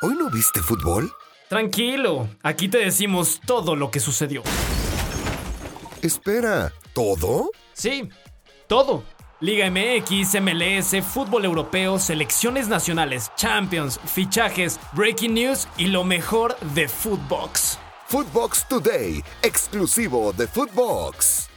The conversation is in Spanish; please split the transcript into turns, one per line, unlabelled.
¿Hoy no viste fútbol?
Tranquilo, aquí te decimos todo lo que sucedió.
Espera, ¿todo?
Sí, todo. Liga MX, MLS, fútbol europeo, selecciones nacionales, champions, fichajes, breaking news y lo mejor de Footbox.
Footbox Today, exclusivo de Footbox.